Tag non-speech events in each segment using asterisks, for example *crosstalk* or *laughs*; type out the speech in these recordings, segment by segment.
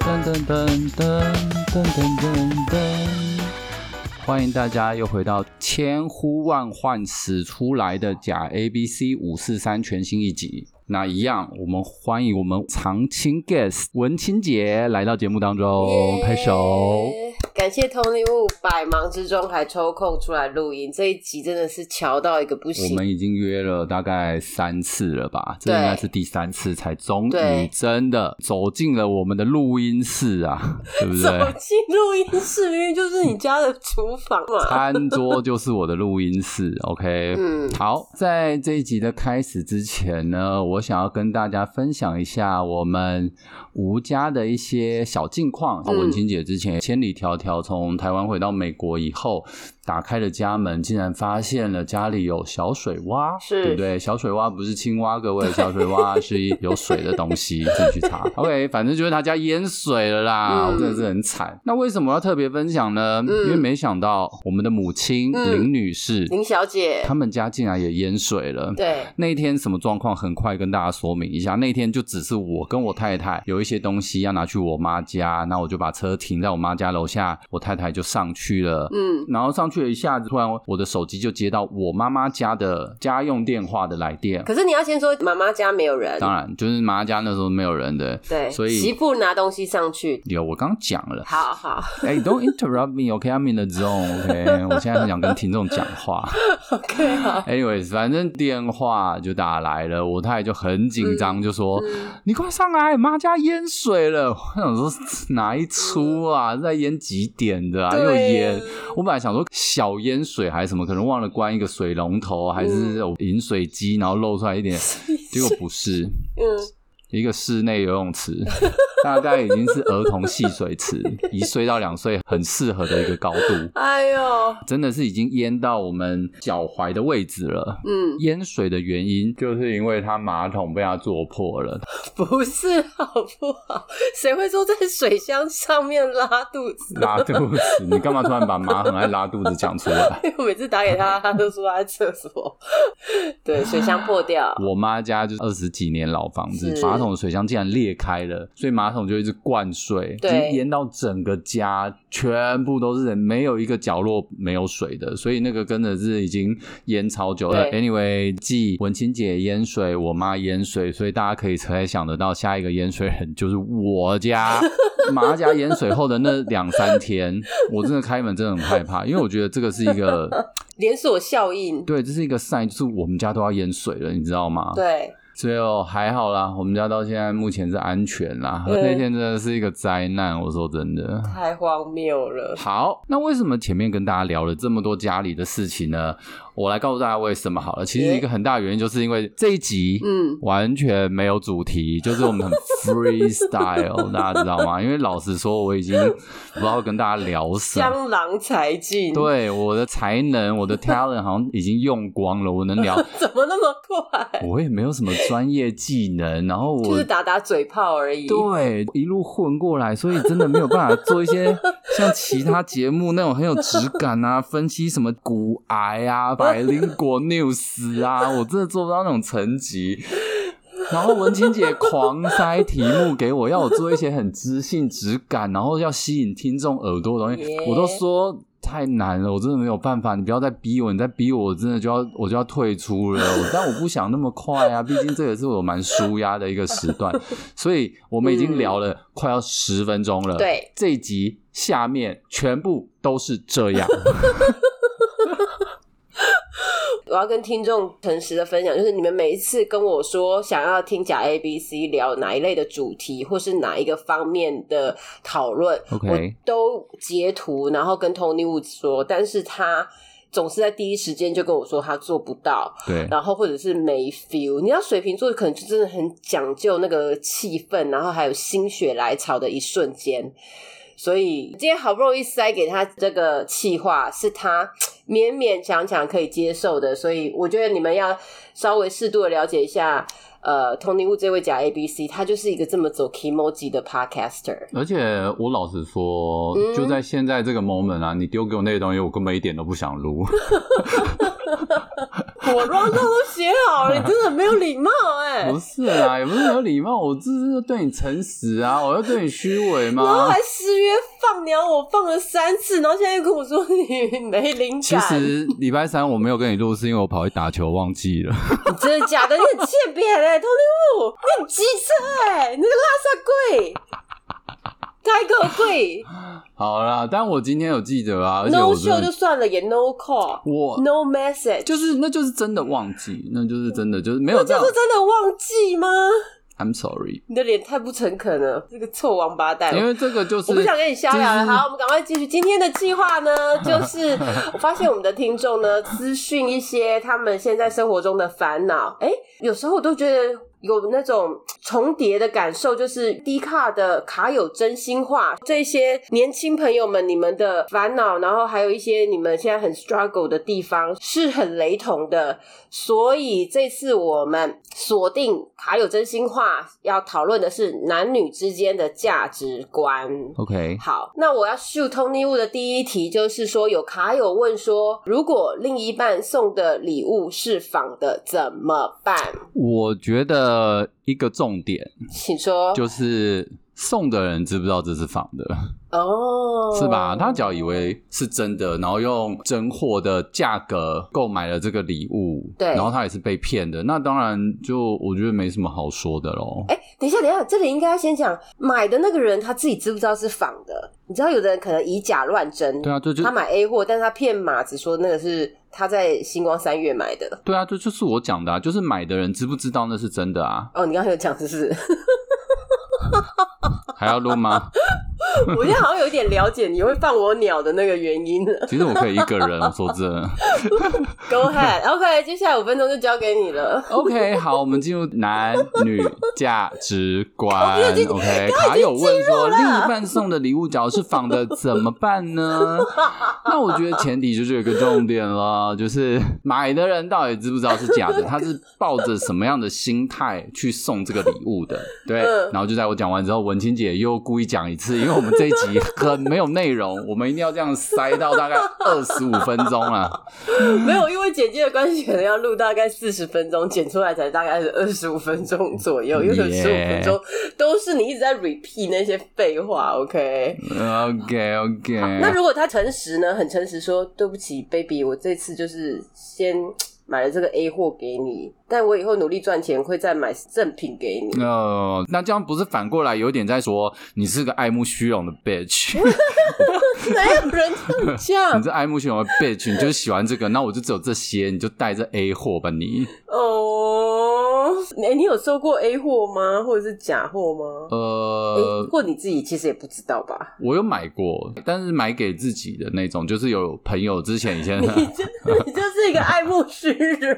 噔噔噔噔噔噔噔，欢迎大家又回到千呼万唤始出来的假 ABC 五四三全新一集。那一样，我们欢迎我们常青 guest 文清姐来到节目当中，拍手。耶！感谢 Tony Wu 百忙之中还抽空出来录音，这一集真的是瞧到一个不我行。们已经约了大概三次了吧，这对应该是第三次才终于对真的走进了我们的录音室啊，对 *laughs* 不走对？进录音室，因为就是你家的厨房嘛。餐桌就是我的录音室，OK。嗯，好，在这一集的开始之前呢，我想要跟大家分享一下我们吴家的一些小近况。嗯文清姐之前千里迢迢从台湾回到美国以后，打开了家门，竟然发现了家里有小水蛙，是对不对？小水蛙不是青蛙，各位，小水蛙是一有水的东西，自己去 *laughs* 查。OK，反正就是他家淹水了啦，嗯我真的是很惨。那为什么要特别分享呢？嗯因为没想到我们的母亲、嗯林女士，林小姐，他们家竟然也淹水了。对，那一天什么状况？很快跟大家说明一下。那一天就只是我跟我太太有一些东西要拿去我妈家，那我就把车停在我妈家楼下，我太太就上去了。嗯，然后上去了一下子，突然我的手机就接到我妈妈家的家用电话的来电。可是你要先说妈妈家没有人，当然，就是妈妈家那时候没有人的，对，所以媳妇拿东西上去，有我刚讲了。好好 *laughs* 哎、d o n t interrupt me，OK？I'm、in the zone，OK？、我现在很想跟听众讲话。 *laughs* ，OK，好， Anyways，反正电话就打来了，我太太就很紧张，就说：“嗯你快上来，妈家淹水了。”我想说哪一出啊，在淹几点的啊？又嗯对淹。我本来想说小淹水还是什么，可能忘了关一个水龙头，还嗯是有饮水机，然后漏出来一点， *laughs* 结果不是。嗯，一个室内游泳池，大概已经是儿童戏水池，一岁到两岁很适合的一个高度，哎呦，真的是已经淹到我们脚踝的位置了。嗯，淹水的原因，就是因为它马桶被它做破了。不是好不好？谁会说在水箱上面拉肚子？拉肚子，你干嘛突然把马很爱拉肚子讲出来？因为 *laughs* 我每次打给他，他都说他在厕所， *laughs* 对，水箱破 *laughs* 掉，我妈家就是二十几年老房子，是马桶水箱竟然裂开了，所以马桶就一直灌水，就对淹到整个家，全部都是人，没有一个角落没有水的，所以那个真的是已经淹超久了。对 Anyway，继文清姐淹水，我妈淹水，所以大家可以猜想得到，下一个淹水人就是我家。马家淹水后的那两三天，我真的开门真的很害怕，因为我觉得这个是一个连锁效应，对，这啊是一个 sign，就是我们家都要淹水了，你知道吗？对，最后还好啦，我们家到现在目前是安全啦。嗯那天真的是一个灾难，我说真的。太荒 *laughs* 谬了。好，那为什么前面跟大家聊了这么多家里的事情呢？我来告诉大家为什么好了。其实一个很大原因就是因为这一集，嗯，完全没有主题，就是我们很 *laughs* freestyle，大家知道吗？因为老实说，我已经不知道跟大家聊什么。江郎才尽，，啊对我的才能，我的 talent 好像已经用光了。我能 *laughs* 聊， *laughs* 怎么那么快？我也没有什么专业技能，然后我就是打打嘴炮而已。对，一路混过来，所以真的没有办法做一些像其他节目那种很有质感啊，分析什么骨癌啊、百灵果 news 啊，我真的做不到那种层级。然后文清姐狂塞题目给我，要我做一些很知性、质感，然后要吸引听众耳朵的东西，耶我都说。太难了，我真的没有办法。你不要再逼我，你再逼我，我真的就要我就要退出了。我但我不想那么快啊，毕竟这也是我蛮舒压的一个时段。所以我们已经聊了快要十分钟了。嗯对，这一集下面全部都是这 *laughs* 样。我要跟听众诚实的分享，就是你们每一次跟我说想要听假 A B C 聊哪一类的主题，或是哪一个方面的讨论 OK 我都截图，然后跟 Tony Wu 说，但是他总是在第一时间就跟我说他做不到，对，然后或者是没 feel。你知道水瓶座可能就真的很讲究那个气氛，然后还有心血来潮的一瞬间。所以今天好不容易塞给他这个气话，是他勉勉强强可以接受的。所以我觉得你们要稍微适度的了解一下，呃，通灵物这位假 A B C，他就是一个这么走 emoji 的 podcaster。而且我老实说，嗯就在现在这个 moment 啊，你丢给我那些东西，我根本一点都不想录。我 round 都写好了，你真的很没有礼貌 *laughs* 哎、不是啊，也不是没有礼貌，我这是对你诚实啊，我要对你虚伪 *laughs* 然后吗还？失约放鸟，我放了三次，然后现在又跟我说你没灵其感，实礼拜三我没有跟你录，是因为我跑去打球忘记了。 *laughs* 你真的假的？你很欠扁哎、欸，偷礼物，你很机车哎、你那个垃圾鬼，开个贵好啦，但我今天有记得啊，而且，no 我真 show 的就算了，也 no call，no 我 message，就是那就是真的忘记，那就是真的就是没有这这样是。真的忘记吗？ I'm sorry，你的脸太不诚恳了，这个臭王八蛋！因为这个就是我不想跟你瞎聊了。就是好，我们赶快继续今天的计 *laughs* 划呢，就是我发现我们的听众呢，资讯一些他们现在生活中的烦恼。哎、有时候我都觉得。有那种重叠的感受，就是低卡的卡友真心话，这些年轻朋友们，你们的烦恼，然后还有一些你们现在很 struggle 的地方是很雷同的，所以这次我们锁定卡友真心话要讨论的是男女之间的价值观。 OK，好，那我要 shoot Tony Wu 的第一题就是说，有卡友问说，如果另一半送的礼物是仿的怎么办？我觉得一个重点请说。就是送的人知不知道这是仿的，哦，是吧？他只要以为是真的，然后用真货的价格购买了这个礼物，对然后他也是被骗的，那当然就我觉得没什么好说的喽。哎、等一下，等一下，这里应该要先讲买的那个人他自己知不知道是仿的？你知道有的人可能以假乱真，对啊，这就他买 A 货，但是他骗马子说那个是他在星光三月买的。对啊，这就是我讲的，啊，就是买的人知不知道那是真的啊？哦，你刚才有讲是不是？ *laughs* 还要录吗？我现在好像有点了解你会放我鸟的那个原因了。其实我可以一个人，我啊说真的。 Go ahead，OK，、接下来五分钟就交给你了。 OK，好，我们进入男女价值观。进 OK，卡友问说，另一半送的礼物假如是仿的，怎么办呢？那我觉得前提就是有一个重点了，就是买的人到底知不知道是假的，他是抱着什么样的心态去送这个礼物的？对嗯，然后就在我讲完之后，文清姐又故意讲一次，因为我们这一集很没有内容，我们一定要这样塞到大概二十五分钟啊了。 *laughs* 没有，因为简介的关系，可能要录大概四十分钟，剪出来才大概是二十五分钟左右，有可能 Yeah 十五分钟都是你一直在 repeat 那些废话。OK，、 OK OK，那如果他诚实呢？很诚实说，对不起，baby，我这次就是先买了这个 A 货给你，但我以后努力赚钱，会再买正品给你。呃，那这样不是反过来有点在说你是个爱慕虚荣的 *laughs* bitch， *laughs* 嗯哪有人这 *laughs* 么你讲？是爱慕虚荣的 bitch，你就是喜欢这个，那我就只有这些，你就带着 A 货吧你。哦，哎、你有收过 A 货吗？或者是假货吗？呃诶，或你自己其实也不知道吧？我有买过，但是买给自己的那种，就是有朋友之前以前 *laughs* 你就 *laughs* 你就是一个爱慕虚荣。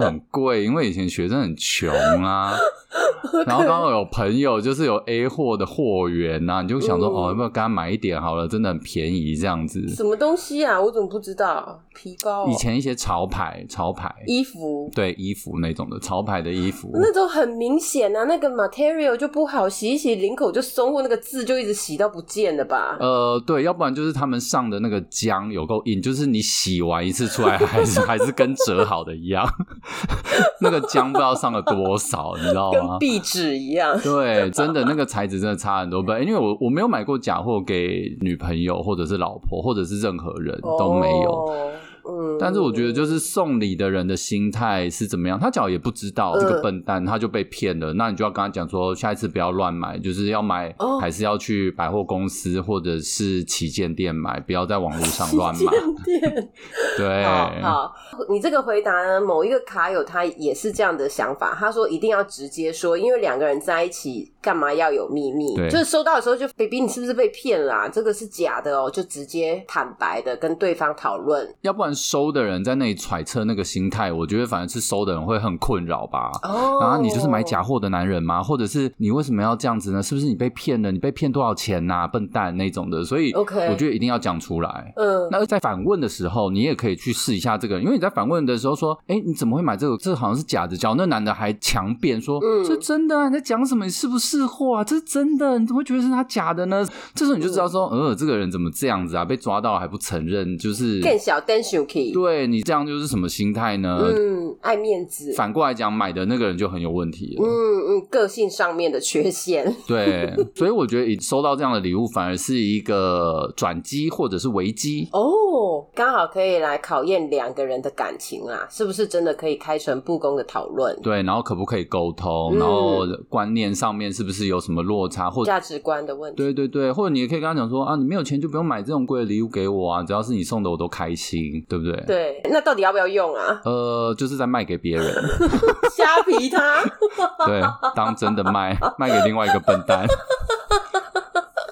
很贵，因为以前学生很穷啊， *laughs* 然后刚好有朋友就是有 A 货的货源呐、你就想说、嗯哦，要不要给他买一点好了，真的很便宜这样子。 *laughs* 什么东西啊？我怎么不知道？皮包、哦、以前一些潮牌，潮牌。衣服对衣服那种的潮牌的衣服，那种很明显啊，那个 material 就不好，洗一洗领口就松或那个字就一直洗到不见了吧？呃，对，要不然就是他们上的那个浆有够硬，就是你洗完一次出来还是还是跟折好的一样， *laughs* 那个浆不知道上了多少，你知道跟吗？壁纸一样。对，真的那个材质真的差很多倍，因为我我没有买过假货给女朋友或者是老婆或者是任何人都没有。哦。嗯，但是我觉得，就是送礼的人的心态是怎么样，他脚也不知道嗯这个笨蛋，他就被骗了。那你就要跟他讲说，下一次不要乱买，就是要买哦还是要去百货公司或者是旗舰店买，不要在网络上乱旗买。舰 *laughs* 店。对，好好，你这个回答呢，某一个卡友他也是这样的想法，他说一定要直接说，因为两个人在一起干嘛要有秘密？对就是收到的时候就 baby 你是不是被骗啦、这个是假的哦，就直接坦白的跟对方讨论。要不然收的人在那里揣测那个心态，我觉得反而是收的人会很困扰吧。哦啊，你就是买假货的男人吗？或者是你为什么要这样子呢？是不是你被骗了？你被骗多少钱呐、笨蛋那种的，所以 OK 我觉得一定要讲出来。嗯，那在反问的时候，你也可以去试一下这个人，因为你在反问的时候说：“哎、你怎么会买这个？这好像是假的。”假如那男的还强辩说：“嗯这真的、啊，你在讲什么？你是不是货啊？这是真的，你怎么会觉得是他假的呢？”这时候你就知道说：“呃，这个人怎么这样子啊？被抓到了还不承认，就是更小 tension Suki，对你这样就是什么心态呢？嗯，爱面子，反过来讲，买的那个人就很有问题了。嗯嗯，个性上面的缺陷， *laughs* 对，所以我觉得收到这样的礼物反而是一个转机或者是危机。哦，刚好可以来考验两个人的感情啦，是不是真的可以开诚布公的讨论对，然后可不可以沟通？嗯然后观念上面是不是有什么落差？或者价值观的问题？啊对对对，或者你也可以跟他讲说啊，你没有钱就不用买这种贵的礼物给我啊，只要是你送的我都开心，对不对？？对，那到底要不要用啊呃，就是在卖给别人， *laughs* 虾皮它，对，当真的卖，卖给另外一个笨蛋，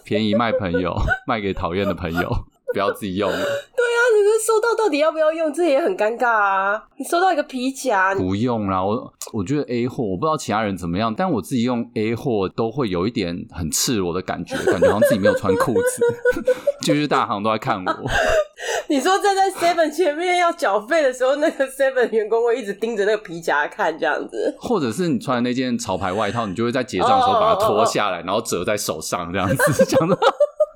便宜卖朋友，卖给讨厌的朋友，不要自己用了，那你们收到到底要不要用？这也很尴尬啊！你收到一个皮夹，不用啦。我我觉得 A 货，我不知道其他人怎么样，但我自己用 A 货都会有一点很赤裸的感觉，感觉好像自己没有穿裤子， *laughs* 就是大行都在看我。你说站在 Seven 前面要缴费的时候，那个 Seven 员工会一直盯着那个皮夹看，这样子。或者是你穿的那件潮牌外套，你就会在结账的时候把它脱下来，然后折在手上这样子，这样子。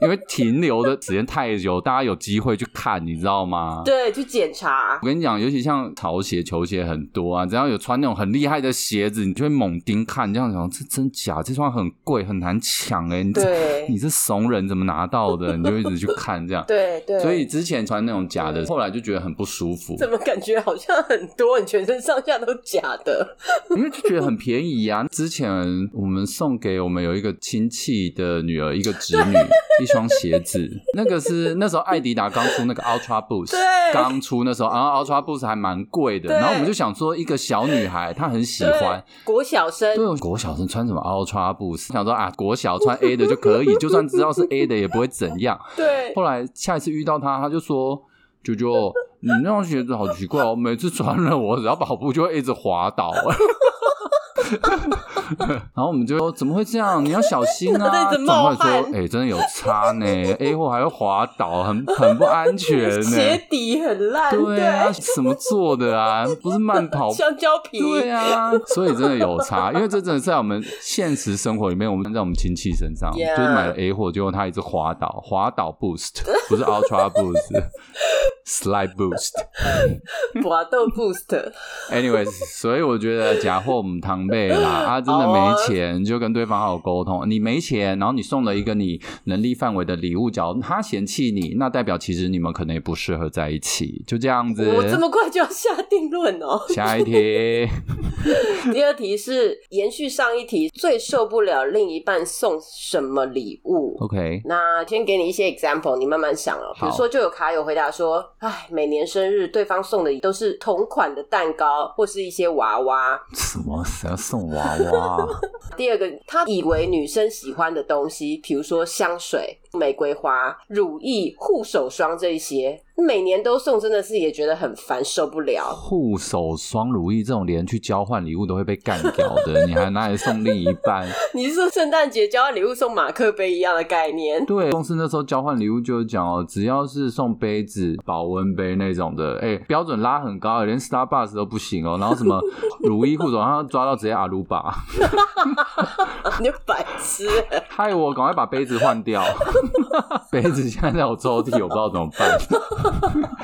因为停留的时间太久，大家有机会去看，你知道吗？对，去检查我。跟你讲，尤其像潮鞋、球鞋很多啊，只要有穿那种很厉害的鞋子，你就会猛盯看，这样想这真假，这双很贵，很难抢哎、你这对你这怂人怎么拿到的？你就一直去看这样。 *laughs* 对对，所以之前穿那种假的，后来就觉得很不舒服，怎么感觉好像很多，你全身上下都假的？因为就觉得很便宜啊。之前我们送给我们有一个亲戚的女儿一个侄女一双鞋子，那个是那时候艾迪达刚出那个 Ultra Boost，对刚出那时候，然后 Ultra Boost 还蛮贵的，对然后我们就想说一个小女孩她很喜欢，对国小生对，我国小生穿什么 Ultra Boost，想说啊国小穿 A 的就可以，就算知道是 A 的也不会怎样。对后来下一次遇到他，他就说：“九九，你那双鞋子好奇怪哦，每次穿了我只要跑步就会一直滑倒。” *laughs* 然后我们就说：“怎么会这样？你要小心 *laughs* 脑啊！”袋一直转冒过来汗说：“哎、真的有差呢，A 货还会滑倒，很很不安全呢。鞋底很烂，对啊，什么做的啊？不是慢跑香蕉皮， *laughs* 对啊， *laughs* 所以真的有差，因为这真的是在我们现实生活里面，我们在我们亲戚身上 Yeah 就是买了 A 货，结果他一直滑倒，滑倒 Boost 不是 Ultra *laughs* Boost，Slide Boost。寡豆 boost， Anyways，所以我觉得假货母堂妹啦，他真的啊没钱，就跟对方好好沟通。你没钱，然后你送了一个你能力范围的礼物，假如他嫌弃你，那代表其实你们可能也不适合在一起，就这样子。我这么快就要下定论哦。下一题。第二题是延续上一题，最受不了另一半送什么礼物？ OK，那先给你一些 example，你慢慢想哦。比如好说，就有卡友回答说：“哎，每年生日对方送的都是同款的蛋糕或是一些娃娃。什么谁要送娃娃啊？”第二个，他以为女生喜欢的东西，比如说香水、玫瑰花、乳液、护手霜这一些，每年都送，真的是也觉得很烦，受不了。护手霜、如意这种连去交换礼物都会被干掉 *laughs* 的，你还拿来送另一半？你是说圣诞节交换礼物送马克杯一样的概念？ *laughs* 对，公司那时候交换礼物就有讲哦，只要是送杯子、保温杯那种的，哎、标准拉很高，连 Starbucks 都不行哦。然后什么如意护手霜，然后抓到直接阿鲁巴，你就白痴、害我赶快把杯子换 *laughs* 掉。杯子现在在我抽屉，我不知道怎么办。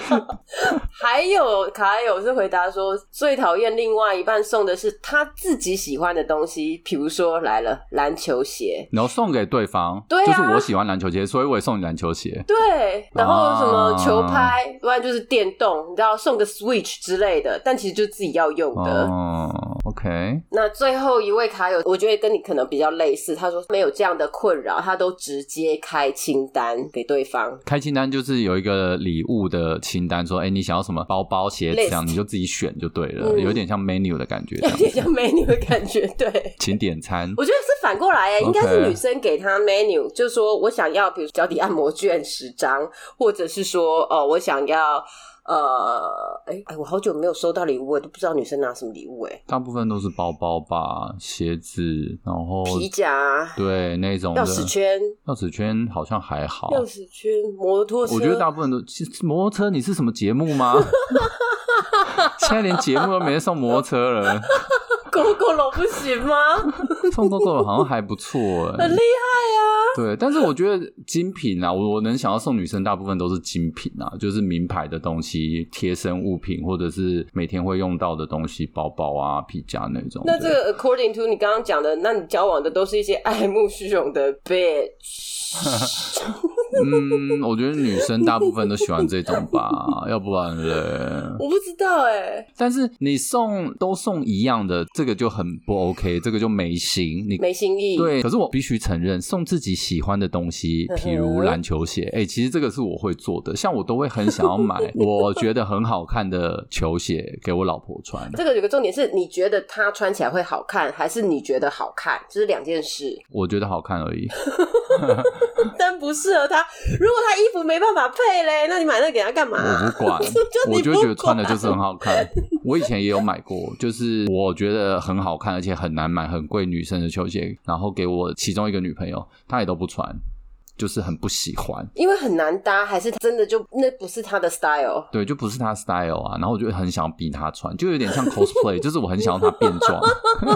还有卡友是回答说，最讨厌另外一半送的是他自己喜欢的东西，比如说来了篮球鞋，然后送给对方，对啊就是我喜欢篮球鞋，所以我也送你篮球鞋。对，然后什么啊球拍，不然就是电动，你知道送个 Switch 之类的，但其实就自己要用的。哦，OK，那最后一位卡友，我觉得跟你可能比较类似，他说没有这样的困扰，他都直接开清单给对方。 *laughs* 开清单就是有一个礼物的清单，说，哎、你想要什么包包、鞋子，这样 List 你就自己选就对了，嗯有点像 menu 的感觉，这有样点像 menu 的感觉，对。请点餐。我觉得是反过来诶、 OK 应该是女生给他 menu，就说我想要，比如脚底按摩券十张，或者是说哦，我想要呃，哎、哎，我好久没有收到礼物，我都不知道女生拿什么礼物诶、大部分都是包包吧，鞋子，然后皮夹、对那种的钥匙，圈、钥匙圈好像还好。钥匙圈、摩托车，哦我觉得大部分都其实摩托车，你是什么节目吗？ *laughs* 现在连节目都没人送摩托车了，狗狗笼不行吗？ *laughs* 送 GoGo 好像还不错、很哎厉害啊！对，但是我觉得精品啊，我我能想要送女生，大部分都是精品啊，就是名牌的东西、贴身物品，或者是每天会用到的东西，包包啊、皮夹那种。那对这个 according to 你刚刚讲的，那你交往的都是一些爱慕虚荣的 bitch。嗯，我觉得女生大部分都喜欢这种吧，要不然嘞。我不知道哎、但是你送都送一样的，这个就很不 OK，这个就没型。你没新意。，对，可是我必须承认，送自己喜欢的东西，嗯哼譬如篮球鞋，哎、其实这个是我会做的，像我都会很想要 *laughs* 买我觉得很好看的球鞋给我老婆穿。这个有个重点是，你觉得它穿起来会好看，还是你觉得好看？这是两件事。我觉得好看而已，但不适合他。如果他衣服没办法配嘞，那你买那个给他干嘛、，我不管就你我不就管觉得穿的就是很好看。我以前也有买过，就是我觉得很好看，而且很难买，很贵女生的球鞋，然后给我其中一个女朋友，她也都不穿，就是很不喜欢。因为很难搭，还是真的就那不是他的 style。对，就不是她 style 啊，然后我就很想逼她穿，就有点像 *laughs* cosplay，就是我很想要她变装， *laughs*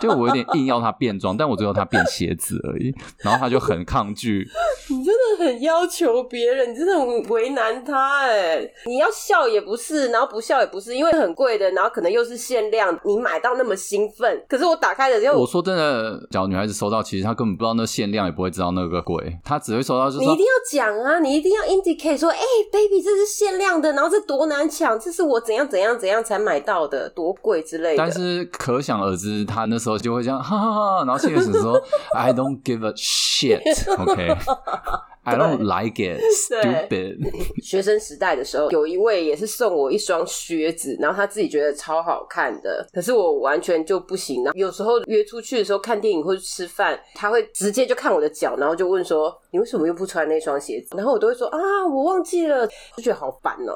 就我有点硬要她变装，但我只有她变鞋子而已，然后她就很抗拒，你真的很要求别人，你真的很为难他哎。你要笑也不是，然后不笑也不是，因为很贵的，然后可能又是限量，你买到那么兴奋，可是我打开的时候我，说真的，假如女孩子收到，其实她根本不知道那限量，也不会知道那个贵，她只会收到就你一说定要讲啊，你一定要 indicate 说，哎、b a b y 这是限量的，然后这多难抢，这是我怎样怎样怎样才买到的，多贵之类的。但是可想而知，他那时候就会这样，哈哈哈。然后谢月子说：“I don't give a shit，OK，I、don't *laughs* like it, stupid。学生时代的时候，有一位也是送我一双靴子，然后他自己觉得超好看的，可是我完全就不行。然后有时候约出去的时候看电影或者吃饭，他会直接就看我的脚，然后就问说：“你为什么又不穿那双鞋子？”然后我都会说：“啊，我忘记了。”就觉得好烦哦、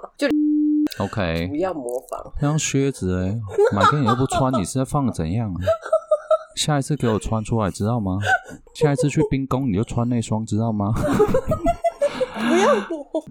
”OK，不要模仿。那双靴子哎、买给你又不穿，你是在放怎样啊？ *laughs* 下一次给我穿出来，知道吗？下一次去冰宫你就穿那双，知道吗？ *laughs*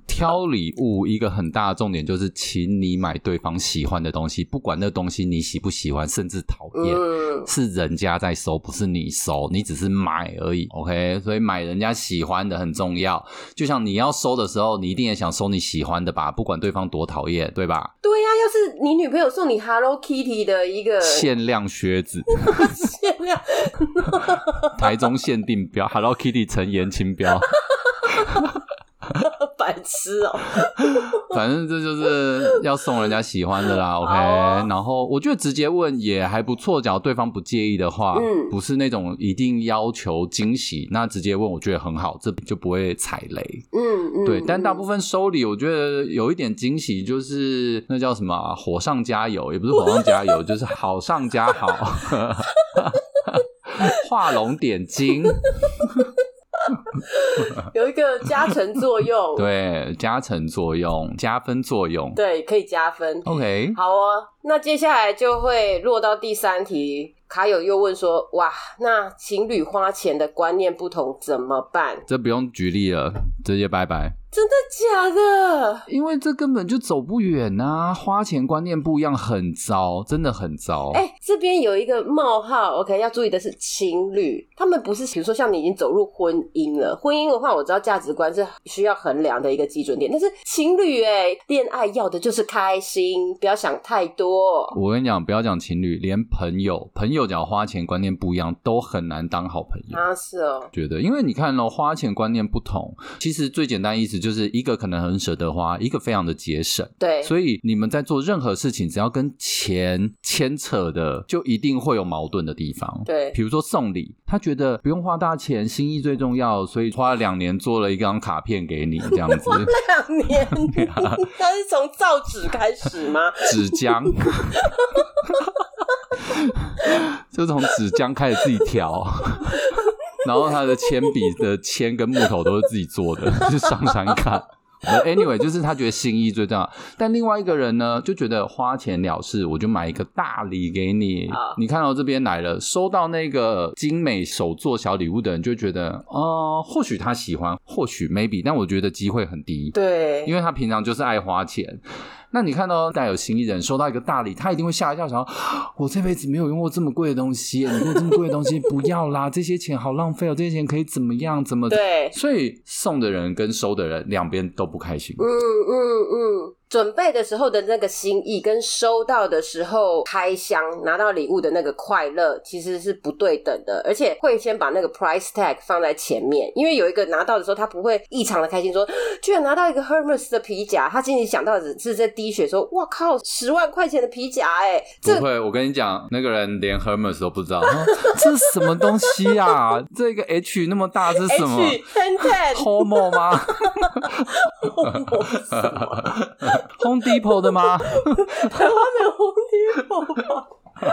挑礼物一个很大的重点就是，请你买对方喜欢的东西，不管那东西你喜不喜欢，甚至讨厌。嗯，是人家在收，不是你收，你只是买而已。OK，所以买人家喜欢的很重要。就像你要收的时候，你一定也想收你喜欢的吧，不管对方多讨厌，对吧？对呀、要是你女朋友送你 Hello Kitty 的一个限量靴 *laughs* 子，限量，台中限定标，Hello Kitty 陈言青 *laughs* 标，白痴哦、反正这就是要送人家喜欢的啦。OK，、好哦然后我觉得直接问也还不错，假如对方不介意的话，嗯不是那种一定要求惊喜，那直接问我觉得很好，这就不会踩雷。嗯嗯，对，但大嗯部分收礼，我觉得有一点惊喜，就是那叫什么啊、火上加油，也不是火上加油，就是好上加 *laughs* 好，画龙点睛，有一个加成作 *laughs* 用，对，加成作用、加分作用。对，可以加分。 OK，好哦，那接下来就会落到第三题。卡友又问说：“哇，那情侣花钱的观念不同怎么办？这不用举例了，直接拜拜。真的假的？因为这根本就走不远呐、花钱观念不一样，很糟，真的很糟。哎、这边有一个冒号，OK，要注意的是情侣，他们不是比如说像你已经走入婚姻了，婚姻的话，我知道价值观是需要衡量的一个基准点，但是情侣哎、恋爱要的就是开心，不要想太多。我跟你讲，不要讲情侣，连朋友，朋友讲花钱观念不一样，都很难当好朋友。啊，是哦，觉得，因为你看咯，花钱观念不同，其实最简单意思就是一个可能很舍得花，一个非常的节省。对，所以你们在做任何事情，只要跟钱牵扯的，就一定会有矛盾的地方。 *laughs* 对比如说送礼，他觉得不用花大钱，心意最重要，所以花了两年做了一张卡片给你，这样子， *laughs* 两年，他是从造纸开始吗？纸浆，就从纸浆开始自己调，然后他的铅笔的铅跟木头都是自己做的，就上山看。But anyway，就是他觉得心意最重要，但另外一个人呢，就觉得花钱了事，我就买一个大礼给你。啊你看到这边来了，收到那个精美手做小礼物的人，就觉得哦、或许他喜欢，或许 maybe，但我觉得机会很低。对，因为他平常就是爱花钱。那你看到带有心意人收到一个大礼，他一定会吓一跳，想要 *gasps* 我这辈子没有用过这么贵的东西，你给我这么贵的东西，不要啦，这些钱好浪费哦，这些钱可以怎么样怎么？对，所以送的人跟收的人两边都不开心。嗯嗯嗯，准备的时候的那个心意，跟收到的时候开箱拿到礼物的那个快乐，其实是不对等的，而且会先把那个 price tag 放在前面，因为有一个拿到的时候，他不会异常的开心说，居然拿到一个 Hermes 的皮夹，他心里想到只是在滴血说，哇靠，十万块钱的皮夹、欸，哎，不这会，我跟你讲，那个人连 Hermes 都不知道，啊 *laughs* 这是什么东西啊？这个 H 那么大这是 H 什么 *laughs* ten ten ？Homo 吗？Home Depot 的吗？台湾没有红天宝吧？ *laughs*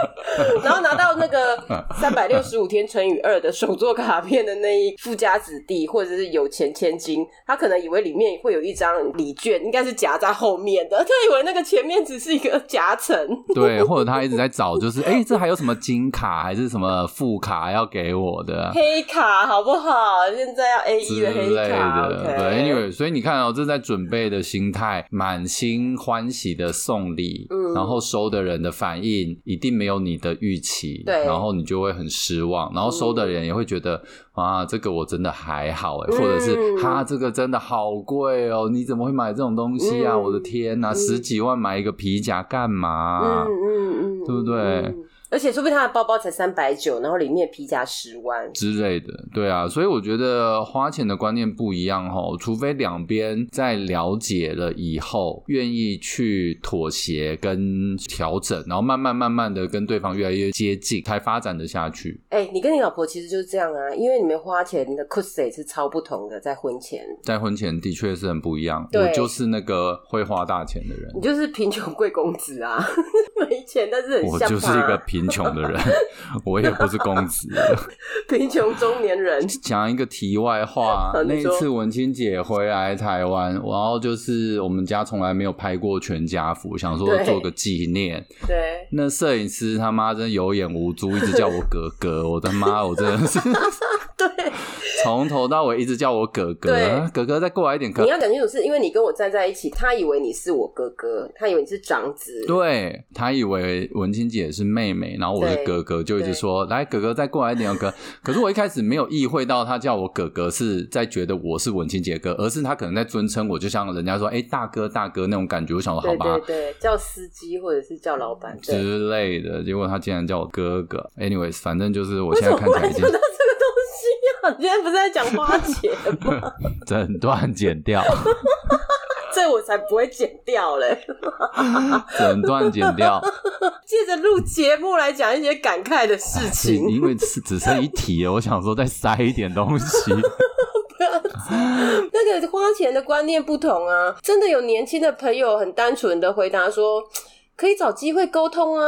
然后拿到 *laughs* 那个三百六十五天乘以二的手作卡片的那一富家子弟或者是有钱千金，他可能以为里面会有一张礼券，应该是夹在后面的，他以为那个前面只是一个 *laughs* 夹层。 *laughs* 对，或者他一直在找，就是哎、诶这还有什么金卡还是什么副卡要给我的黑卡好不好？现在要 A 之 E 的黑类卡的。 ，OK，对，anyway，所以你看哦，这在准备的心态，满心欢喜的送礼，嗯然后收的人的反应一定没有你的预期，对嗯然后你就会很失望，然后收的人也会觉得、啊，这个我真的还好哎，或者是嗯哈，这个真的好贵哦，你怎么会买这种东西啊？嗯我的天呐、嗯十几万买一个皮夹干嘛、嗯嗯嗯，啊对不对嗯而且说不定他的包包才三百九，然后里面皮夹十万。之类的，对啊，所以我觉得花钱的观念不一样吼，除非两边在了解了以后，愿意去妥协跟调整，然后慢慢慢慢的跟对方越来越接近，才发展的下去。哎、你跟你老婆其实就是这样啊，因为你们花钱你的 c u s e 是超不同的，在婚前，在婚前的确是很不一样，对我就是那个会花大钱的人，你就是贫穷贵公子啊， *laughs* 没钱但是很我像就是一个贫穷的人， *laughs* 我也不是公子。 *laughs* 贫穷中年人，讲一个题外话 *laughs* 好，那你一说次文青姐回来台湾，然后就是我们家从来没有拍过全家福，想说对做个纪念。对，那摄影师他妈真有眼无珠，一直叫我哥哥，我的妈，我真的是 *laughs* 从头到尾一直叫我哥哥 *laughs* 对，哥哥再过来一点，哥你要讲清楚，是因为你跟我站在一起，他以为你是我哥哥，他以为你是长子，对他以为文青姐是妹妹，然后我是对哥哥，就一直对说来哥哥再过来一点哦，哥。可是我一开始没有意会到他叫我哥哥是在觉得我是文青姐哥，而是他可能在尊称我，就像人家说哎、大哥大哥那种感觉。我想说好对吧对对，叫司机或者是叫老板，对，之类的，结果他竟然叫我哥哥。anyways，反正就是我为现什在么看起来已会讲经到这个东西啊？你今天不是在讲花钱 *laughs* 吗？ *laughs* 整段剪掉，这我才不会剪掉嘞。整段剪 *laughs* 掉，借着录节目来讲一些感慨的事是情，因为是只剩一题了，我想说再塞一点东西。那个花钱的观念不同啊，真的有年轻的朋友很单纯的回答说。可以找机会沟通啊，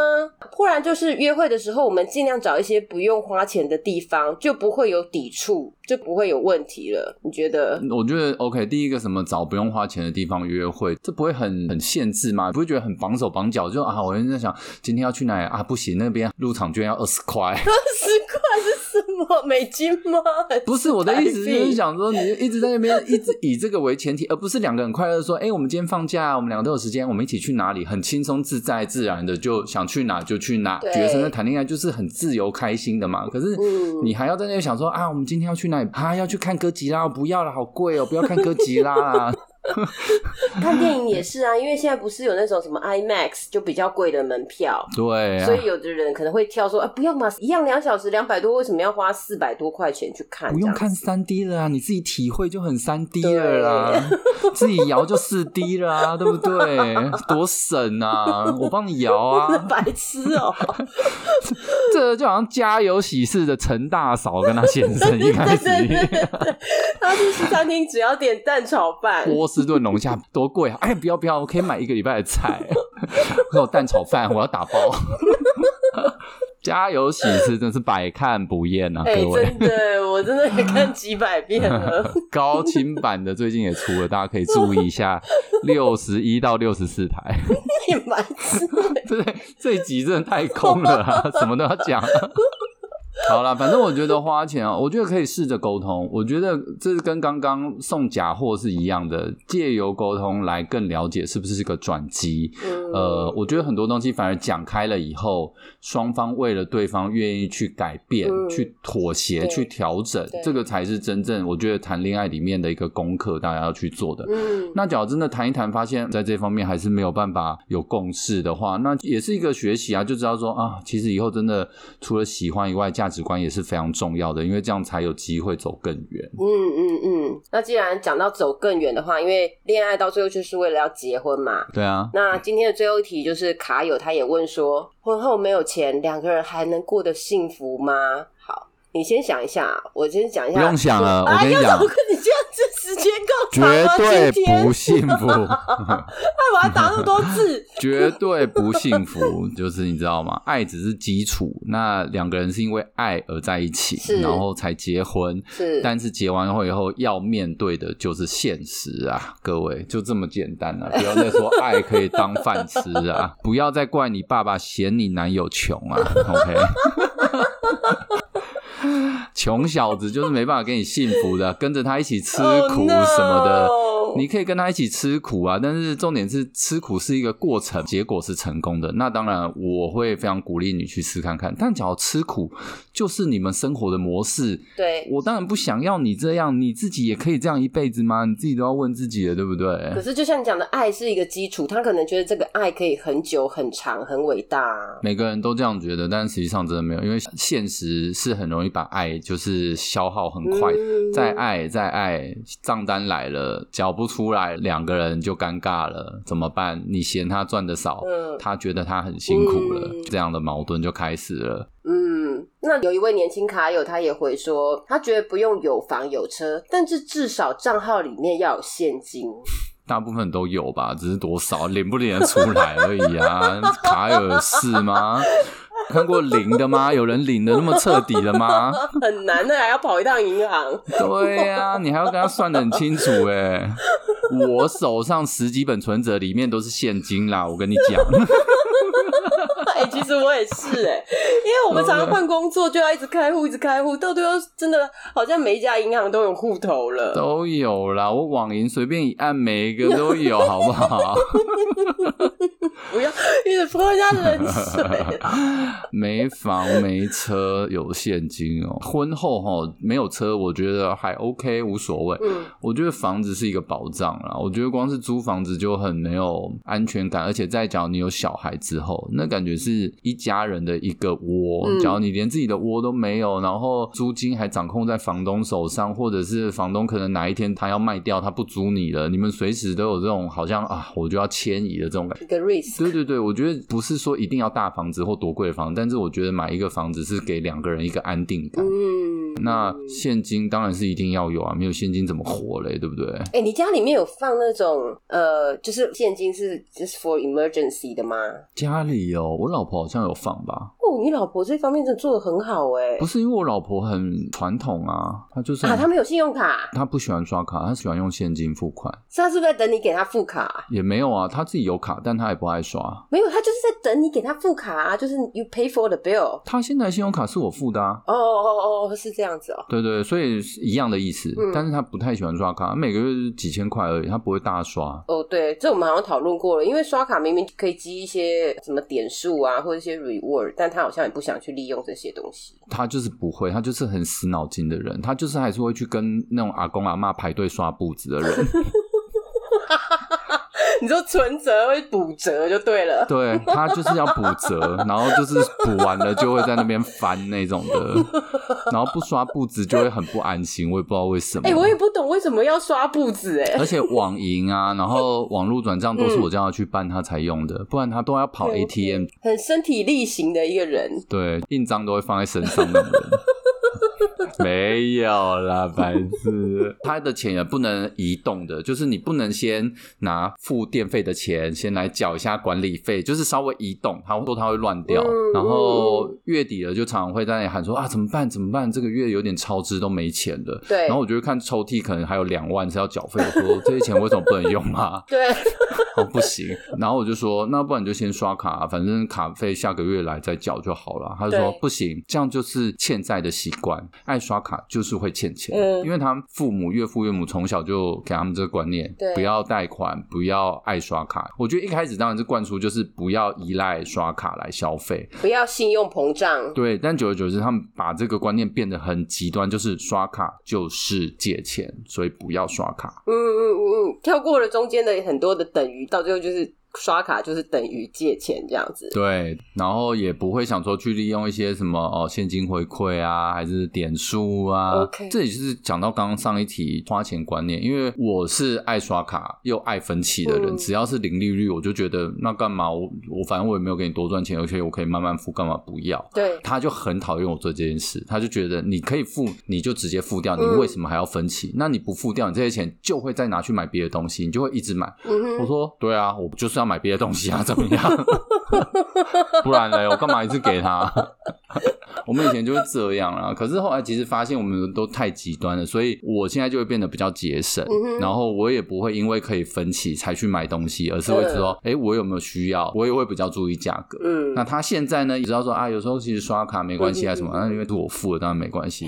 不然就是约会的时候，我们尽量找一些不用花钱的地方，就不会有抵触，就不会有问题了。你觉得？我觉得 OK，第一个什么找不用花钱的地方约会，这不会很很限制吗？不会觉得很绑手绑脚？就啊，我就在想今天要去哪里啊？不行，那边入场券要二十块。二十块是什么美金吗？ *laughs* 不是我的意思，台币就是想说，你就一直在那边一直以这个为前提，而不是两个人快乐地说，哎、我们今天放假，我们两个都有时间，我们一起去哪里，很轻松自在自然的就想去哪就去哪。对学生在谈恋爱就是很自由开心的嘛，可是嗯你还要在那边想说啊，我们今天要去哪里啊？要去看哥吉拉，不要了，好贵哦、不要看哥吉拉 *laughs* 啦。看电影也是啊，因为现在不是有那种什么 IMAX 就比较贵的门票，对、啊，所以有的人可能会挑说啊，不要嘛，一样两小时两百多，为什么要花四百多块钱去看？不用看三 D 了啊，你自己体会就很三 D 了啦，自己摇就四 D 了啊，对不对？多省啊！我帮你摇这样，，啊白痴哦、这就好像家有喜事的陈大嫂跟她 *laughs* 先生一开始对对对， *laughs* 他去西餐厅只要点蛋炒 *laughs* 饭， *laughs* 波士顿龙虾多贵啊！哎，不要不要，我可以买一个礼拜的菜， *laughs* 我有蛋炒饭，我要打包。 *laughs* 家有喜事真是百看不厌啊，哎、各位。真的，我真的也看几百 *laughs* 遍了。高清版的最近也出了，大家可以注意一下，六十一到六十四台。你白痴， *laughs* 对，这一集真的太空了啊，什么都要讲。啊 *laughs* 好啦，反正我觉得花钱啊，我觉得可以试着沟通。我觉得这是跟刚刚送假货是一样的，借由沟通来更了解是不是是个转机。嗯呃，我觉得很多东西反而讲开了以后，双方为了对方愿意去改变、嗯去妥协、对去调整对，这个才是真正我觉得谈恋爱里面的一个功课，大家要去做的。嗯，那假如真的谈一谈，发现在这方面还是没有办法有共识的话，那也是一个学习啊，就知道说啊，其实以后真的除了喜欢以外，价值观也是非常重要的，因为这样才有机会走更远。嗯嗯嗯。那既然讲到走更远的话，因为恋爱到最后就是为了要结婚嘛。对 *laughs* 啊，那今天的最后一题就是卡友，他也问说，婚后没有钱，两个人还能过得幸福吗？好，你先想一下，我先讲一下。不用想了我跟你哎呀讲我跟你这样子时间够绝长了，对今天不幸 *laughs* 福，我还打那么多字。绝对不幸福，就是你知道吗？爱只是基础，那两个人是因为爱而在一是起，然后才结婚。 *laughs* 是，但是结完婚以后要面对的就是现实啊，各位就这么简单啊！不要再说爱可以当饭吃啊，不要再怪你爸爸嫌你男友穷啊，OK？穷小子就是没办法给你幸福的，跟着他一起吃苦什么的。 Oh 哦 no 你可以跟他一起吃苦啊，但是重点是吃苦是一个过程，结果是成功的。那当然，我会非常鼓励你去试看看。但只要吃苦就是你们生活的模式，对，我当然不想要你这样，你自己也可以这样一辈子吗？你自己都要问自己了，对不可对？是就像你讲的，爱是一个基础，他可能觉得这个爱可以很久、很长、很伟大啊。每个人都这样觉得，但实际上真的没有，因为现实是很容易把爱就是消耗很快，嗯再爱再爱，账单来了缴不出来，两个人就尴尬了，怎么办？你嫌他赚的少，嗯他觉得他很辛苦了，嗯这样的矛盾就开始了。嗯，那有一位年轻卡友，他也回说，他觉得不用有房有车，但是至少账号里面要有现金。 *laughs* 大部分都有吧，只是多少领不领得出来而已啊。 *laughs* 卡尔是吗？看过领的吗？有人领的那么彻底的吗？很难的，还啊要跑一趟银行。 *laughs* 对呀、你还要跟他算得很清楚哎、我手上十几本存折里面都是现金啦，我跟你讲。 *laughs* 哎、其实我也是哎、因为我们常常换工作，就要一直开户，一直开户，到最后真的好像每一家银行都有户头了。都有啦，我网银随便一按，每一个都有，好不好？ *laughs* 不要一直泼人家冷水。没房没车，有现金哦。婚后哈、没有车，我觉得还 OK，无所谓。嗯，我觉得房子是一个保障啦，我觉得光是租房子就很没有安全感，而且再讲你有小孩之后，那感觉是一家人的一个窝。嗯假如你连自己的窝都没有，然后租金还掌控在房东手上，或者是房东可能哪一天他要卖掉，他不租你了，你们随时都有这种好像啊，我就要迁移的这种感觉。一个 risk。对对对，我觉得不是说一定要大房子或多贵的房子，但是我觉得买一个房子是给两个人一个安定感。嗯，那现金当然是一定要有啊，没有现金怎么活嘞？对不对？哎、你家里面有放那种呃，就是现金是 just for emergency 的吗？家里哦，我老婆好像有放吧，哦，你老婆这方面真的做的很好哎、不是因为我老婆很传统啊，她就是啊，很他没有信用卡，她不喜欢刷卡，她喜欢用现金付款。所以他是不是在等你给他付卡？也没有啊，她自己有卡，但她也不爱刷。没有，他就是在等你给他付卡啊，就是 you pay for the bill。她现在信用卡是我付的啊，哦哦哦哦，是这样子哦。对对，所以是一样的意思。嗯但是她不太喜欢刷卡，每个月就是几千块而已，她不会大刷。哦，对，这我们好像讨论过了，因为刷卡明明可以积一些什么点数啊，或者一些 reward，但他好像也不想去利用这些东西。 *laughs* 她就是不会，她就是很死脑筋的人，她就是还是会去跟那种阿公阿嬷排队刷步子的人。你说存折会补折就对了。对他就是要补折，然后就是补完了就会在那边翻那种的，然后不刷步子就会很不安心，我也不知道为什么。哎、我也不懂为什么要刷步子哎、而且网银啊，然后网络转账都嗯是我叫他去办，他才用的，不然他都要跑对 ATM，很身体力行的一个人。对，印章都会放在身上那种人。没有啦，白痴。他的钱也不能移动的，就是你不能先拿付电费的钱先来缴一下管理费，就是稍微移动，他会说他会乱掉。嗯然嗯后月底了，就常常会在那里喊说啊，怎么办？怎么办？这个月有点超支，都没钱了。对然后我就会看抽屉，可能还有两万是要缴费，我说这些钱为什么不能用啊？对，哦，不行。然后我就说，那不然你就先刷卡啊、反正卡费下个月来再缴就好了。他就说对不行，这样就是欠债的习惯，爱刷卡就是会欠钱，嗯因为他们父母、岳父、岳母从小就给他们这个观念对，不要贷款，不要爱刷卡。我觉得一开始当然是灌输，就是不要依赖刷卡来消费。不要信用膨胀。对，但久而久之，他们把这个观念变得很极端，就是刷卡就是借钱，所以不要刷卡。嗯嗯嗯嗯，跳过了中间的很多的等于，到最后就是刷卡就是等于借钱这样子。对，然后也不会想说去利用一些什么哦现金回馈啊，还是点数啊。 OK 这也就是讲到刚刚上一题花钱观念，因为我是爱刷卡又爱分期的人，嗯只要是零利率，我就觉得那干嘛我我反正我也没有给你多赚钱，而且我可以慢慢付，干嘛不要？对，他就很讨厌我做这件事，他就觉得你可以付，你就直接付掉，你嗯为什么还要分期？那你不付掉，你这些钱就会再拿去买别的东西，你就会一直买。嗯我哼，说对啊，我就是要买别的东西啊，怎么样？ *laughs* 不然嘞，我干嘛一直给他？ *laughs* 我们以前就是这样啊，可是后来其实发现我们都太极端了，所以我现在就会变得比较节省，嗯哼然后我也不会因为可以分期才去买东西，而是会说，哎、我有没有需要？我也会比较注意价格。嗯，那他现在呢，也知道说啊，有时候其实刷卡没关系啊什么，嗯嗯嗯那因为是我付的，当然没关 *laughs* 系。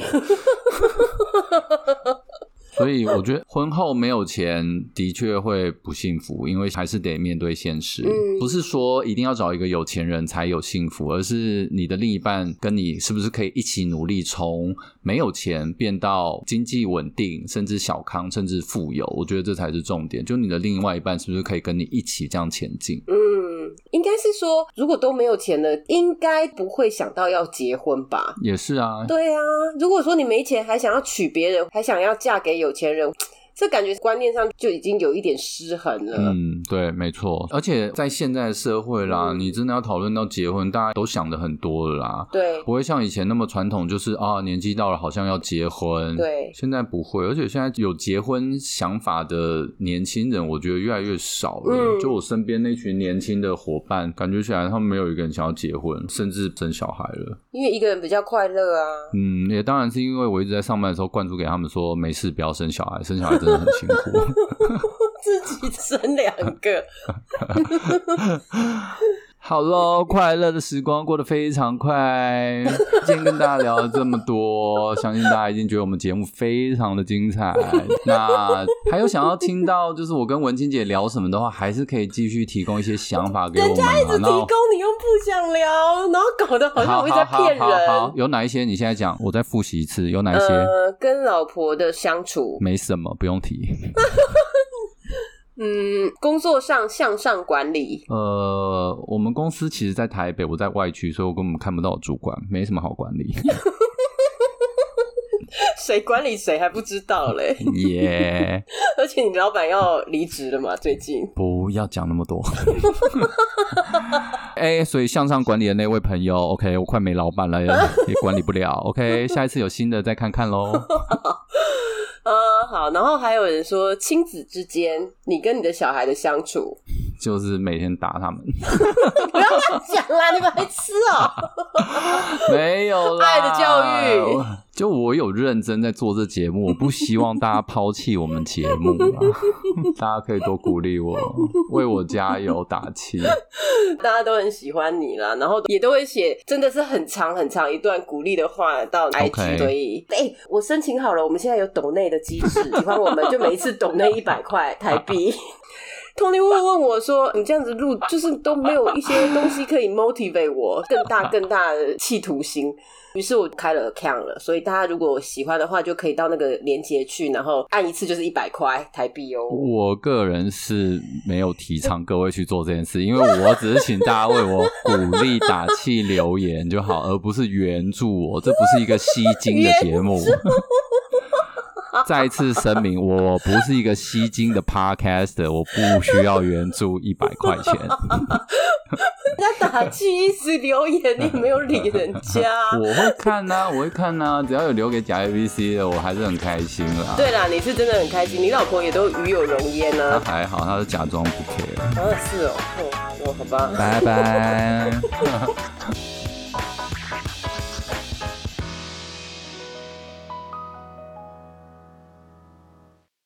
所以我觉得婚后没有钱的确会不幸福，因为还是得面对现实。嗯不是说一定要找一个有钱人才有幸福，而是你的另一半跟你是不是可以一起努力，从没有钱变到经济稳定，甚至小康，甚至富有。我觉得这才是重点，就你的另外一半是不是可以跟你一起这样前进。嗯，应该是说，如果都没有钱了，应该不会想到要结婚吧？也是啊，对啊，如果说你没钱，还想要娶别人，还想要嫁给有钱人，这感觉观念上就已经有一点失衡了。嗯，对，没错。而且在现在的社会啦，嗯你真的要讨论到结婚，大家都想的很多了啦，对不会像以前那么传统，就是啊，年纪到了好像要结婚。。对，现在不会，而且现在有结婚想法的年轻人，我觉得越来越少了。嗯就我身边那群年轻的伙伴，感觉起来他们没有一个人想要结婚，甚至生小孩了。因为一个人比较快乐啊。嗯，也当然是因为我一直在上班的时候灌输给他们说，没事不要生小孩，生小孩真的很辛苦。自己生两个，好喽，快乐的时光过得非常 *laughs* 快。今天跟大家聊了这么多，相信大家一定觉得我们节目非常的精彩。那还有想要听到就是我跟文清姐聊什么的话，还是可以继续提供一些想法给我们啊。提供你又不想聊，然后搞得好那像好我一直在好好骗好好人，。有哪一些你现在讲？我再复习一次，有哪一些？呃，跟老婆的相处，没什么，不用提。嗯，工作上向上管理，呃，我们公司其实，在台北，我在外区，所以我根本看不到我主管，没什么好管 *laughs* 理。谁管理谁还不知道嘞。耶、而且你老板要离职了嘛？最近不要讲那么 *laughs* 多。哎、所以向上管理的那位朋友，OK，我快没老板了，也管理不了，OK，下 *laughs* 一次有新的再看看喽。呃，好，然后还有人说亲子之间，你跟你的小孩的相处，就是每天打他们， *laughs* 不要乱讲啦，你白痴哦、没有啦。爱的教育，就我有认真在做这节目，我不希望大家抛弃我们节目啊， *laughs* 大家可以多鼓励我，为我加油打气。大家都很喜欢你啦，然后也都会写，真的是很长很长一段鼓励的话到 IG，、 OK 所以哎、我申请好了，我们现在有抖内的机制，喜欢我们就每一次抖内一百块台币。通灵会问我说：“你这样子录，就是都没有一些东西可以 motivate 我更大更大的企图心。”于是我开了 account 了，所以大家如果喜欢的话，就可以到那个链接去，然后按一次就是一百块台币哦。我个人是没有提倡各位去做这件事，因为我只是请大家为我鼓励、打气、留言就好，而不是援助我。这不是一个吸睛的节目， *laughs* 再次声明，我不是一个吸金的 podcaster，我不需要援助一百块钱，人家打气一直留言，你没有理人家。我会看呐、我会看呐、只要有留给假 ABC 的，我还是很开心啦。对啦，你是真的很开心，你老婆也都与有荣焉啊他呢、还好，他是假装不 care。啊。是哦，哦，哦好吧。拜拜。